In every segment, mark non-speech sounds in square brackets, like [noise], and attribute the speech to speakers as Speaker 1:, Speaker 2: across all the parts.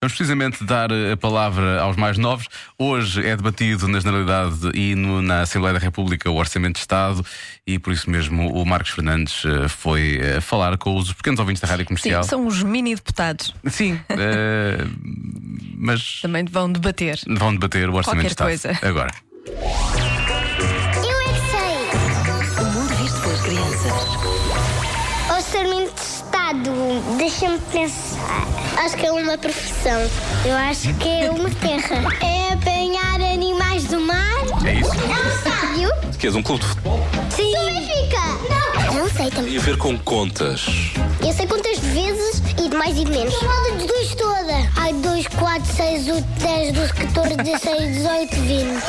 Speaker 1: Vamos precisamente dar eh, a palavra aos mais novos. Hoje é debatido na Generalidade e no- na Assembleia da República o Orçamento de Estado e por isso mesmo o Marcos Fernandes eh, foi eh, falar com os pequenos ouvintes da Rádio
Speaker 2: Sim,
Speaker 1: Comercial.
Speaker 2: são os mini deputados.
Speaker 1: Sim, eh, mas
Speaker 2: Também vão debater.
Speaker 1: vão debater o Orçamento
Speaker 2: Qualquer
Speaker 1: de Estado
Speaker 2: coisa.
Speaker 1: agora.
Speaker 3: Eu é que sei.
Speaker 4: O mundo visto pelas crianças.
Speaker 3: Orçamento de Estado. Deixa-me pensar. Acho que é uma profissão. Eu acho que é uma terra. É apanhar animais do mar.
Speaker 1: É isso?
Speaker 3: É um estádio.
Speaker 5: Que és um clube de futebol?
Speaker 3: Sim. Do Benfica. Não. Não sei também.
Speaker 5: E a ver com contas.
Speaker 3: Eu sei quantas vezes e de mais e de menos. Somada de dois toda. Ai, 2, 4, 6, 8, 10, 12, 14, 16, 18, 20.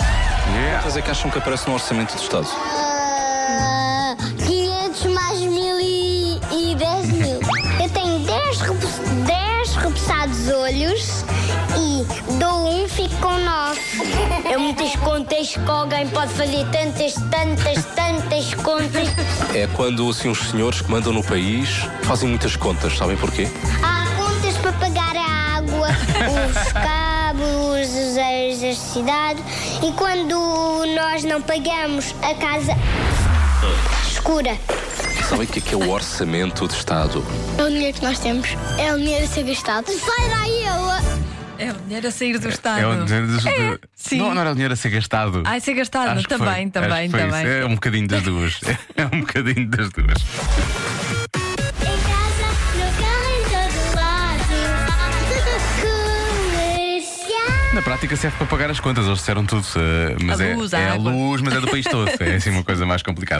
Speaker 5: Quantas é que acham que aparece no orçamento do Estado?
Speaker 3: 500 mais 1000 e, e 10 mil. Eu tenho 10, repos- 10 repousados olhos e dou um, fico com 9. É muitas contas que alguém pode fazer tantas, tantas, tantas contas.
Speaker 5: É quando assim os senhores que mandam no país fazem muitas contas, sabem porquê?
Speaker 3: Há contas para pagar a água, os cabos, os areias da cidade. E quando nós não pagamos, a casa escura.
Speaker 5: Sabem o que é que é o orçamento de Estado?
Speaker 3: É o dinheiro que nós temos. É o dinheiro a ser gastado. Sai daí, eu.
Speaker 2: É o dinheiro a sair do Estado.
Speaker 1: É o dinheiro de-
Speaker 2: É,
Speaker 1: de-
Speaker 2: sim.
Speaker 1: Não, não era o dinheiro a ser gastado.
Speaker 2: Ah, a ser gastado.
Speaker 1: Acho que
Speaker 2: Também,
Speaker 1: foi.
Speaker 2: também,
Speaker 1: Acho que foi
Speaker 2: também.
Speaker 1: isso. É um bocadinho das duas. [laughs] É um bocadinho das duas.
Speaker 3: Em casa, no carro, em todo lado. [laughs] Comercial.
Speaker 1: Na prática serve para pagar as contas, eles disseram tudo. eh, Mas
Speaker 2: A
Speaker 1: é,
Speaker 2: luz, a
Speaker 1: é a
Speaker 2: água. [laughs]
Speaker 1: luz, mas é do país todo. É assim uma coisa mais complicada.